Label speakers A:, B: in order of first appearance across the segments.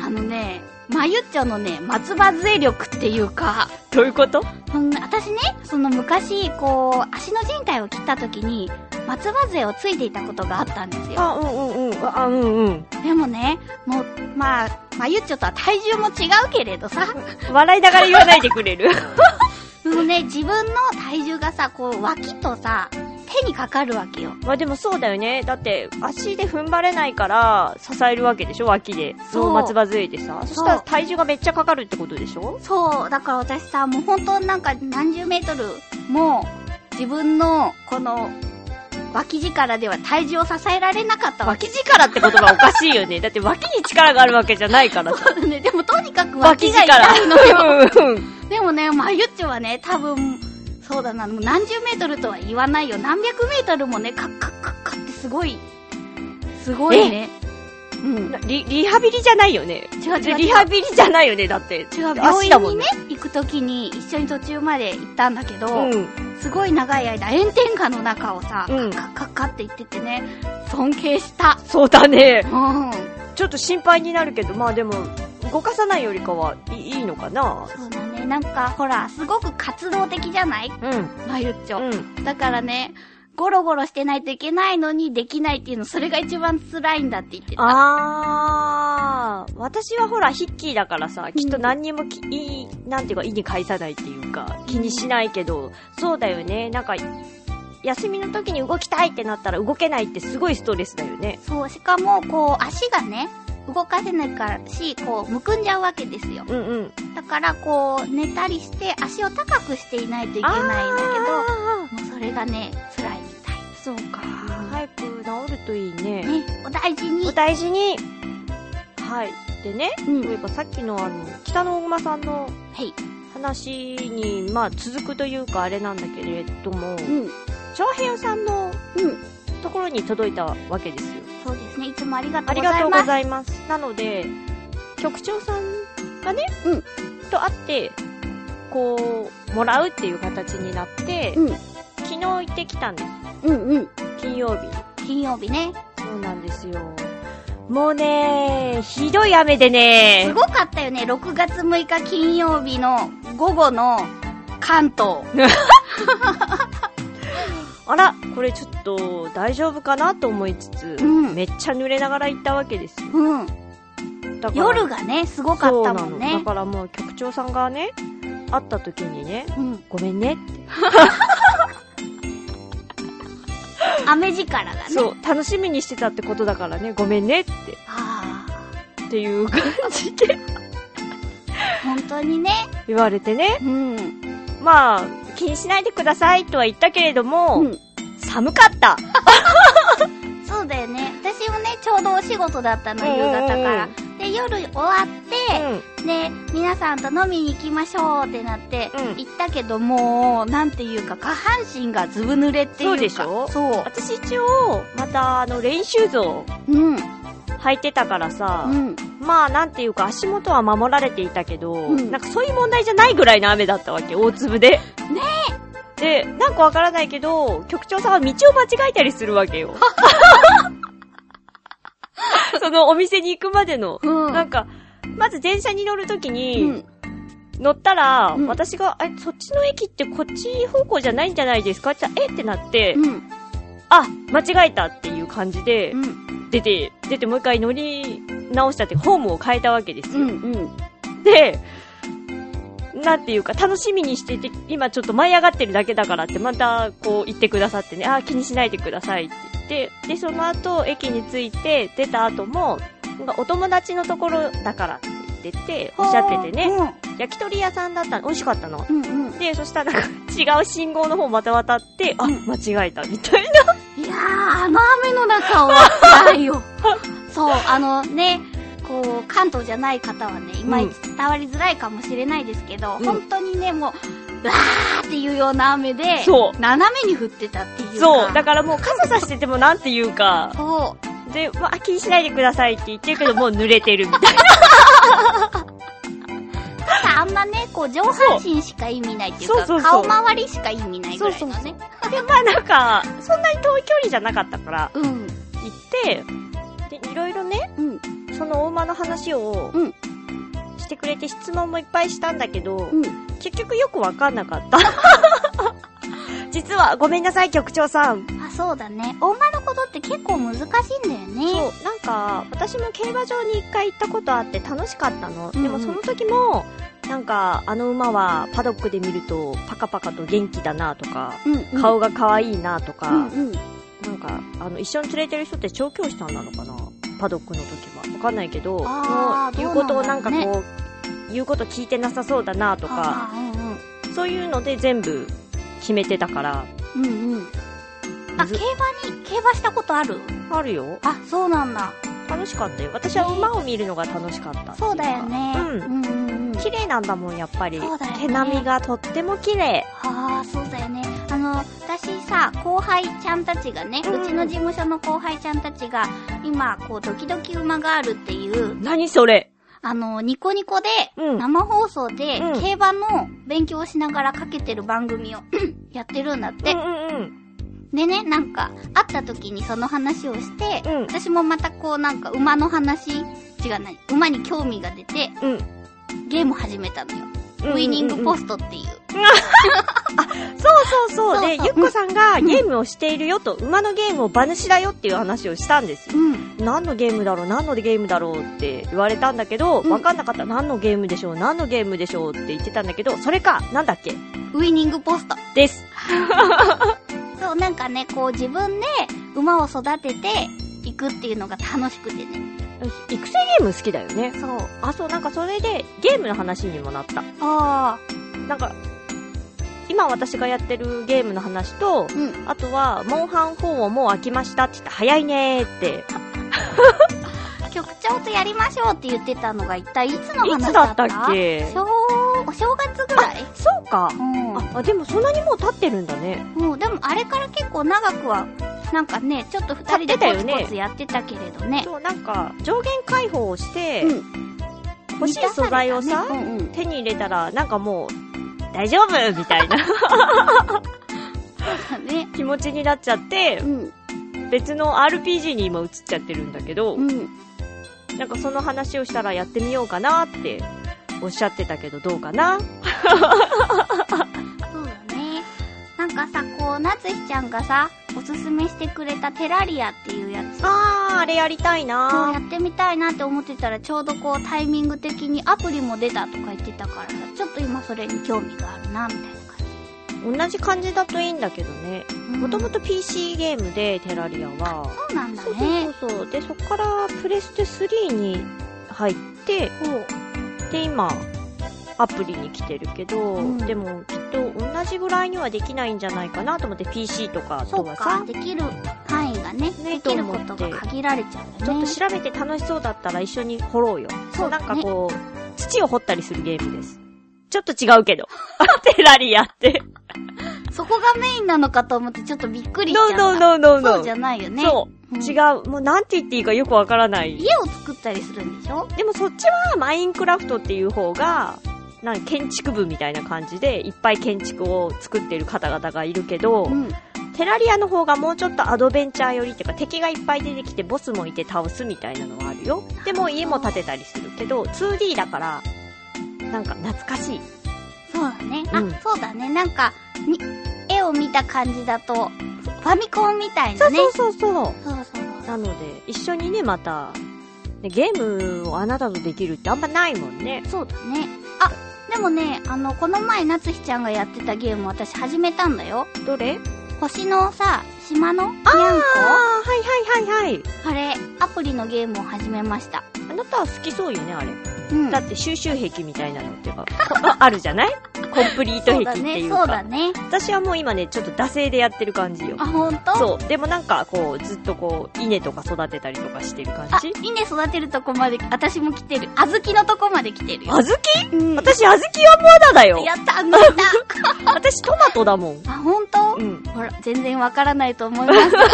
A: あのね、まゆっちょのね、松葉杖力っていうか、
B: どういうこと
A: うん、私ね、その昔、こう、足の靭帯を切った時に、松葉杖をついていたことがあったんですよ。
B: あうんうんうんあうんうん
A: でもね、もう、まあ、まゆっちょとは体重も違うけれどさ、
B: 笑いながら言わないでくれる
A: そのね、自分の体重がさ、こう、脇とさ、手にかかるわけよ。
B: まあでもそうだよねだって足で踏ん張れないから支えるわけでしょ脇で
A: そう
B: そう松葉杖でさそしたら
A: そう
B: 体重がめっちゃかかるってことでしょ
A: そう、だから私さ、もう本当なんか何十メートル、もう、自分の、この、脇力では体重を支えられなかったわけ。
B: 脇力って言葉おかしいよねだって脇に力があるわけじゃないからさ
A: ね、でもとにかく
B: 脇
A: 脇が
B: 力
A: 痛いの よ。
B: うんうん
A: でもね、まゆっちょはね、多分、そうだな、もう何十メートルとは言わないよ。何百メートルもね、カッカッカッカッってすごい、すごいね。うん。違
B: なリリハビリじゃないよね
A: う違う違う。
B: リハビリじゃないよね、だって。
A: 違う、病
B: 足
A: 院
B: だも
A: に
B: ん
A: ね、行くときに一緒に途中まで行ったんだけど、
B: うん。
A: すごい長い間炎天下の中をさ、
B: うん
A: カッカッカッカッって言っててね、尊敬した。
B: そうだね。
A: うん。
B: ちょっと心配になるけど、まあでも、動かさないよりかはいいいのかな
A: そうだね。なんか、ほら、すごく活動的じゃない
B: うん。
A: マユッチョ。
B: うん。
A: だからね、ゴロゴロしてないといけないのにできないっていうの、それが一番辛いんだって言ってた。
B: あー、私はほら、ヒッキーだからさ、きっと何にもき、いい、なんていうか、意に介さないっていうか、気にしないけど、そうだよね。なんか、休みの時に動きたいってなったら動けないってすごいストレスだよね。
A: そう、しかも、こう、足がね、動かせないからし、こう、むくんじゃうわけですよ。
B: うんうん。い
A: だから、こう、寝たりして、足を高くしていないといけないんだけど、もうそれがね、辛いみたい。
B: そうか。早く治るといいね。
A: ね、お大事に。
B: お大事に。はい。でね、
A: うん
B: そういえばさっきのあの、北の大熊さんの
A: はい。
B: 話に、まあ、続くというかあれなんだけれども、
A: うん。うん。
B: 長平さんのところに届いたわけですよ。
A: そうですね。いつもありがと
B: あ
A: うご
B: り
A: ざ
B: が
A: い
B: とう
A: ま
B: ご
A: す。
B: ざいます。なので、局長さんがね、
A: うん
B: と会って、こう、もらうっていう形になって、
A: うん
B: 昨日行ってきたんです。
A: うんうん。
B: 金曜日。
A: 金曜日ね。
B: そうなんですよ。もうね、ひどい雨ですね、
A: ごかったよね。6月6日金曜日の午後の関東。
B: あら、これちょっと大丈夫かなと思いつつ、
A: うん
B: めっちゃ濡れながら行ったわけですよ。
A: うん。
B: だから
A: 夜がね、すごかったもん
B: そうなのだ
A: ね。
B: からもう局長さんがね、会った時にね、
A: うん。
B: ごめんねって、
A: 雨力がね。
B: そう、楽しみにしてたってことだからね、ごめんねって、
A: あ
B: っていう感じ で
A: あ、本当にね。
B: 言われてね、
A: うん。
B: まあ、気にしないでくださいとは言ったけれども、
A: うん。
B: 寒かった
A: そうだよね。私もね、ちょうどお仕事だったの、
B: うんうん
A: 夕
B: うん
A: 方から。で、夜終わっ
B: うん。
A: て、で、皆さんと飲みに行きましょうってなって、
B: うん
A: 行ったけど、もう、なんていうか、下半身がずぶ濡れっていうか。
B: そうでしょ
A: そ
B: 私一応、またあの練習像を
A: う。うん。う
B: 履いてたからさ、
A: ん。
B: まあなんていうか足元は守られていたけど、
A: ん
B: なんかそういう問題じゃないぐらいの雨だったわけ、大粒で。
A: ね
B: えで、なんかわからないけど、局長さんは道を間違えたりするわ けよ。 そのお店に行くまでの。
A: うん。
B: なんか、まず電車に乗るとき
A: う
B: に、
A: ん。
B: 乗ったら、
A: うん
B: 私が、え、そっちの駅ってこっち方向じゃないんじゃないですかって言ったらえってなって、
A: うん。
B: あ、間違えたっていう感じで、
A: うん。
B: 出て、出てもう一回乗り直したって、ホームを変えたわけです
A: う
B: よ。
A: ん。うん。
B: で、なんていうか、楽しみにしていて、今ちょっと舞い上がってるだけだからって、またこう言ってくださってね、あー気にしないでくださいって言って、で、その後、駅に着いて、出た後も、なんかお友達のところだからって言ってて、おっしゃっててね、焼き鳥屋さんだったの、美味しかったの。
A: うん。うん。うん。
B: で、そしたらなんか違う信号の方また渡って、あ、
A: うん
B: 間違えた、みたいな。
A: いやー、あの雨の中は辛いよ。 そう、あのね、こう、関東じゃない方はね、いまいち伝わりづらいかもしれないですけど、
B: うん
A: 本当にね、もう、わーっていうような雨で、
B: そう。
A: 斜めに降ってたっていうか。
B: そう。だからもう傘さしててもなんていうか、
A: そ
B: で、まあ、気にしないでくださいって言ってるけど、もう濡れてるみたいな。
A: う。ただあんまね、こう、上半身しか意味ないっていうか、
B: そうそうそ
A: 顔
B: う
A: 周りしか意味ないぐらいのね。
B: そうそ うで、まあなんか、そんなに遠い距離じゃなかったから、
A: うん。
B: 行って、で、いろいろね、
A: うん。
B: その大馬の話を、
A: うん
B: してくれて質問もいっぱいしたんだけど、
A: うん。
B: 結局よくわかんな かった。実は、ごめんなさい、局長さん。
A: あ、そうだね。大間のことって結構難しいんだよね。
B: そう、なんか、私も競馬場に一回行ったことあって楽しかったの。
A: うんうん
B: でもその時も、なんか、あの馬はパドックで見ると、パカパカと元気だなとか、
A: う。うん。
B: 顔が可愛いなとか、
A: うんうん。
B: なんか、あの、一緒に連れてる人って調教師さんなのかなパドックの時は。わかんないけど、
A: あー
B: もう言うことを
A: どうな
B: なん
A: ん
B: か
A: だ
B: こ
A: ろうね
B: う、言うこと聞いてなさそうだなとか、
A: あー。うんうん。
B: そういうので全部決めてたから、
A: うんうん。あ、
B: ず
A: 競馬に、競馬したことある
B: あるよ。
A: あ、そうなんだ。
B: 楽しかったよ。私は馬を見るのが楽しかった。
A: そうだよ。ね。
B: う
A: うんうんうん。
B: 綺麗なんだもん、やっぱり。
A: そうだよね
B: 毛並みがとっても綺麗。
A: ああ、そうだよね。あの、私さ、後輩ちゃんたちがね、
B: う
A: うんちの事務所の後輩ちゃんたちが、今、こう、ドキドキ馬があるっていう、
B: 何それ
A: あの、ニコニコで、
B: うん
A: 生放送で、
B: うん
A: 競馬の勉強をしながらかけてる番組を、やってるんだって
B: うん。うん
A: でね、なんか、会った時にその話をして、
B: うん
A: 私もまたこう、なんか、馬の話違う、何馬に興味が出て、
B: うん。
A: ゲーム始めたのよ。
B: うんうんうんうん
A: ウィニングポストっていう。
B: そうそうそう。
A: そう
B: で、
A: そう
B: ゆっこさんがゲームをしているよと、馬のゲームを馬主だよっていう話をしたんですよ。
A: うん。
B: 何のゲームだろう何のゲームだろうって言われたんだけど、
A: うん
B: わかんなかった。何のゲームでしょう何のゲームでしょうって言ってたんだけど、それか、なんだっけ
A: ウィニングポスト。
B: です。
A: そう、なんかね、こう自分で馬を育てていくっていうのが楽しくてね。
B: 育成ゲーム好きだよね。
A: そう。
B: あ、そう、なんかそれでゲームの話にもなった。
A: ああ。
B: なんか、今私がやってるゲームの話と、
A: うん。
B: あとは、モンハン4をもう飽きましたって言って、早いねーって。
A: 局長とやりましょうって言ってたのが一体いつの
B: い
A: 話だ
B: つだ
A: っ
B: ったたっけ
A: 正お正月ぐらい
B: そうか。
A: う
B: あ、あでもそんなにもう経ってるんだね。
A: ん。もう、でもあれから結構長くは、なんかね、ちょっと二人でコツコツやってたけれどね。
B: そう、なんか、上限解放をして、
A: うん。
B: 欲しい素材を
A: 満た
B: さ、
A: れたねうんうん。
B: 手に入れたら、なんかもう、大丈夫みたい な
A: そうだね。
B: 気持ちになっちゃって
A: う、ん。
B: 別の RPG に今移っちゃってるんだけど、
A: うん。
B: なんかその話をしたらやってみようかなっておっしゃってたけど、どうかな
A: そうだね。なんかさ、こう、なつひちゃんがさ、おすすめしてくれたテラリアっていうやつ。
B: あー、あれやりたい
A: そうや
B: な
A: ってみたいなって思ってたらちょうどこうタイミング的にアプリも出たとか言ってたからさちょっと今それに興味があるなみたいな感
B: 同じ感じだといいんだけどね。
A: じ
B: もとも
A: と
B: と PC ゲームで、テラリアは。
A: そうなんだ
B: そう
A: ね
B: そうそうそう。で、そっからプレステ3に入って、で、今、アプリに来てるけど、
A: うん
B: でもきっと同じぐらいにはできないんじゃないかなと思って PC とか
A: そ
B: と
A: う
B: は
A: か
B: さ、
A: できる範囲がね
B: ね
A: できることが
B: と思って
A: 限られちゃうん
B: ち
A: だ
B: ょっ
A: ね
B: と調べて楽しそうだったら一緒に掘ろうよ。
A: そうだ
B: なん
A: ね
B: かこう、土を掘ったりするゲームです。ちょっと違うけど。 テラリアって。
A: そこがメインなのかと思ってちょっとびっくりしちゃっ
B: No,
A: た
B: no, no, no, no.
A: そうじゃないよね
B: そうう。
A: ん
B: 違う。もうなんて言っていいかよくわからない。
A: 家を作ったりするんでしょ
B: でもそっちはマインクラフトっていう方が、なんか建築部みたいな感じでいっぱい建築を作っている方々がいるけど、
A: うん
B: テラリアの方がもうちょっとアドベンチャー寄りっていうか敵がいっぱい出てきてボスもいて倒すみたいなのはあるよ。でも家も建てたりするけど、2D だから、なんか懐かしい。
A: そうだねあ、
B: うん
A: そうだねなんかみ絵を見た感じだとファミコンみたい
B: そ
A: な
B: う
A: ね
B: そうそうそ
A: そ
B: う。
A: うそうそう
B: なので、一緒にね、また、ねゲームをあなたとできるってあんまないもんね。
A: そうだね。あ、でもね、あの、この前、なつひちゃんがやってたゲーム私始めたんだよ。
B: どれ
A: 星のさ、島のにゃんこ
B: ああ、はいはいはいはい。
A: あれ、アプリのゲームを始めました。
B: あなたは好きそうよね、あれ。
A: うん。
B: だって収集癖みたいなのっていうか、 あるじゃないコンプリート
A: そうだ
B: 癖って
A: ね、
B: いう
A: そ
B: か。
A: うだね。
B: 私はもう今ね、ちょっと惰性でやってる感じよ。
A: あ、ほんと
B: そう。でもなんか、こう、ずっとこう、稲とか育てたりとかしてる感
A: あ
B: じ。、
A: 稲育てるとこまで、私も来てる。小豆のとこまで来てるよ。
B: あずき
A: うんやっ
B: 私、あずきはまだだよ。
A: た、見た。
B: 私、トマトだもん。
A: あ、ほんと
B: うん。
A: ほら、全然わからないと思い ますが。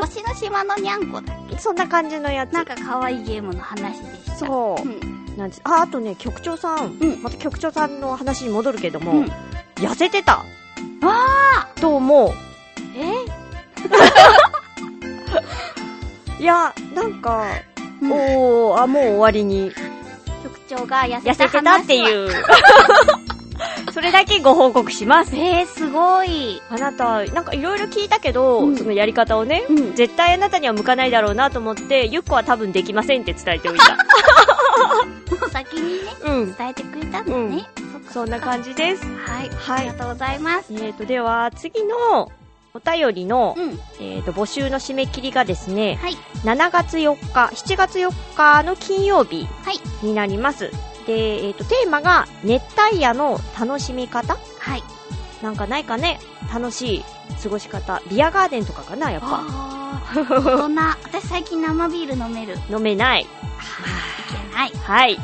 A: 星の島のにゃんこだ。
B: そんな感じのやつ
A: な。んか可愛いゲームの話でした。
B: そうう。
A: ん。
B: なんですあ、あとね、局長さん。
A: うん
B: また局長さんの話に戻るけども、
A: うん。
B: 痩せてた。
A: わ
B: ーどうも。
A: え
B: いや、なんか、
A: うん
B: おー、あ、もう終わりに。
A: 局長が痩
B: 痩
A: せ
B: せ
A: た
B: てた
A: 話
B: って
A: は
B: いう。 それだけご報告します。
A: えー、すごい。
B: あなた、なんかいろいろ聞いたけど、
A: うん
B: そのやり方をね、
A: うん
B: 絶対あなたには向かないだろうなと思って、ゆっこは多分できませんって伝えておいた。
A: も う先にね、
B: うん。
A: 伝えてくれたんだ
B: うん
A: ね。そっか
B: そんな感じです。
A: そっかはい。
B: は
A: ありが
B: い。
A: とうございます。
B: えーと、では、次のお便りの、
A: うん。
B: えーと、募集の締め切りがですね、
A: はい。
B: 7月4日、7月4日の金曜日
A: はい
B: になります。で、えーと、テーマが、熱帯夜の楽しみ方
A: はい。
B: なんかないかね楽しい過ごし方。ビアガーデンとかかなやっぱ。
A: あー大人。私最近生ビール飲める。い
B: 飲めない。
A: けない。
B: はい。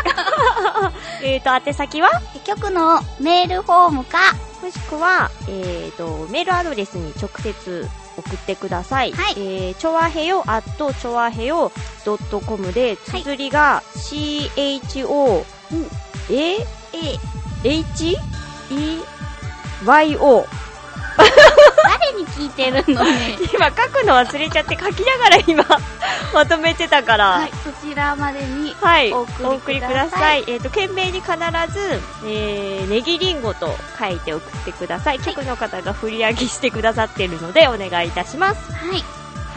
B: えーと、宛先は
A: 局のメールフォームか。
B: もしくは、えーと、メールアドレスに直接送ってください。
A: はい
B: えー、ちょわへよ、アットちょわへよ .com で、
A: はい
B: 綴りが CHO、
A: うん
B: え
A: え、
B: H? E? Y? O?
A: 誰に聞いてるのね
B: 今書くの忘れちゃって書きながら今まとめてたから
A: は
B: はいい、
A: そちらまでにお
B: お
A: 送
B: 送
A: り
B: り
A: く
B: く
A: だ
B: だ
A: さ
B: さ
A: い
B: いえっ、と件名に必ず、えー、ネギリンゴと書いて送ってください、局の方が振り上げしてくださってるのでお願いいたします
A: はい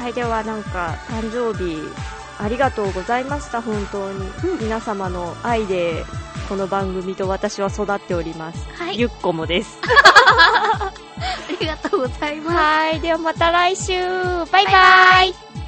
B: はいではなんか誕生日ありがとうございました本当に、
A: うん
B: 皆様の愛でこの番組と私は育っております、
A: はい
B: ゆっこもです
A: ありがとうございます
B: はい、ではまた来週バイバイ
A: バイ